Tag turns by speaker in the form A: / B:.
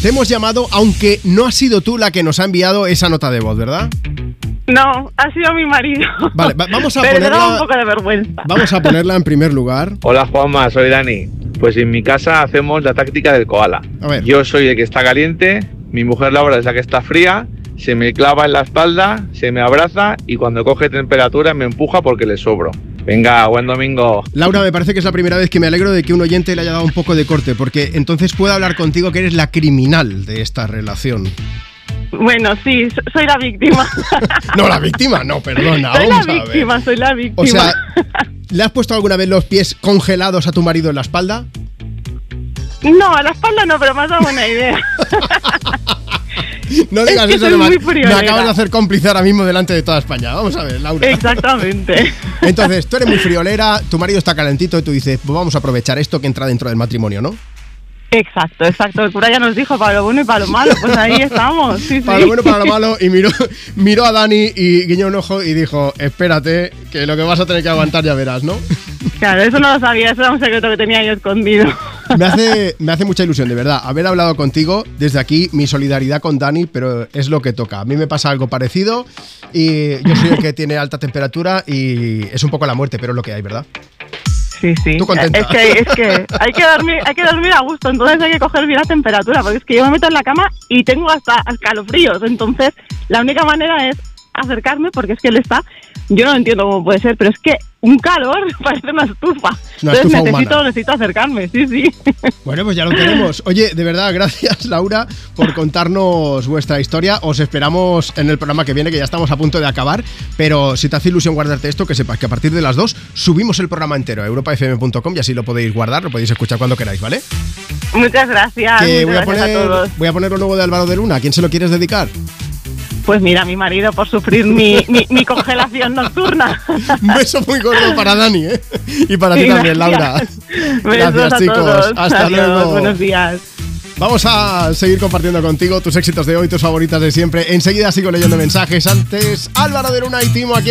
A: Te hemos llamado, aunque no has sido tú la que nos ha enviado esa nota de voz, ¿verdad?
B: No, ha sido mi marido.
A: Vale, va- vamos a
B: Pero me daba
A: ponerla-
B: un poco de vergüenza.
A: Vamos a ponerla en primer lugar.
C: Hola Juanma, soy Dani. Pues en mi casa hacemos la táctica del koala.
A: A ver.
C: Yo soy el que está caliente, mi mujer Laura es la que está fría, se me clava en la espalda, se me abraza y cuando coge temperatura me empuja porque le sobro. Venga, buen domingo.
A: Laura, me parece que es la primera vez que me alegro de que un oyente le haya dado un poco de corte, porque entonces puedo hablar contigo que eres la criminal de esta relación.
B: Bueno, sí, so- soy la víctima.
A: No, la víctima, no, perdona.
B: soy la
A: vamos a ver.
B: víctima, soy la víctima.
A: O sea, ¿le has puesto alguna vez los pies congelados a tu marido en la espalda?
B: no, a la espalda no, pero me has dado buena idea.
A: No
B: Es
A: digas
B: que
A: eso,
B: soy
A: Norma.
B: muy
A: Me
B: friolera.
A: acabas de hacer cómplice ahora mismo delante de toda España. Vamos a ver, Laura.
B: Exactamente.
A: Entonces, tú eres muy friolera, tu marido está calentito y tú dices, pues vamos a aprovechar esto que entra dentro del matrimonio, ¿no?
B: Exacto, exacto. El cura ya nos dijo para lo bueno y para lo malo. Pues ahí estamos. Sí, sí.
A: Para lo bueno, para lo malo. Y miró, miró a Dani y guiñó un ojo y dijo, espérate, que lo que vas a tener que aguantar ya verás, ¿no?
B: Claro, eso no lo sabía, eso era un secreto que tenía yo escondido.
A: Me hace, me hace mucha ilusión, de verdad, haber hablado contigo. Desde aquí, mi solidaridad con Dani, pero es lo que toca. A mí me pasa algo parecido y yo soy el que tiene alta temperatura y es un poco la muerte, pero es lo que hay, ¿verdad?
B: Sí, sí.
A: Tú contenta.
B: Es que, es que hay que dormir, hay que dormir a gusto, entonces hay que coger bien la temperatura, porque es que yo me meto en la cama y tengo hasta escalofríos, entonces la única manera es acercarme porque es que él está, yo no entiendo cómo puede ser, pero es que un calor parece una estufa.
A: Una
B: entonces
A: estufa
B: necesito,
A: humana.
B: necesito acercarme, sí, sí.
A: Bueno, pues ya lo tenemos. Oye, de verdad, gracias Laura por contarnos vuestra historia. Os esperamos en el programa que viene, que ya estamos a punto de acabar. Pero si te hace ilusión guardarte esto, que sepas que a partir de las 2 subimos el programa entero a europafm.com y así lo podéis guardar, lo podéis escuchar cuando queráis, ¿vale?
B: Muchas gracias,
A: que
B: Ah, muchas
A: voy a,
B: gracias
A: poner,
B: a todos.
A: voy a ponerlo luego de Álvaro de Luna. ¿A quién se lo quieres dedicar?
B: Pues mira, mi marido por sufrir mi, mi, mi congelación nocturna.
A: Un beso muy gordo para Dani, ¿eh? Y para ti
B: Sí,
A: también, Laura.
B: Besos
A: Gracias,
B: a
A: chicos.
B: todos.
A: Hasta
B: Adiós,
A: luego.
B: Buenos días.
A: Vamos a seguir compartiendo contigo tus éxitos de hoy, tus favoritas de siempre. Enseguida sigo leyendo mensajes. Antes, Álvaro de Luna y Timo aquí en